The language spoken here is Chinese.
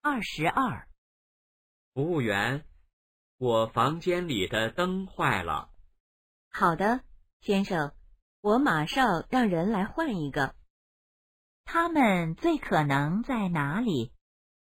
二十二，服务员，我房间里的灯坏了。好的，先生，我马上让人来换一个。他们最可能在哪里？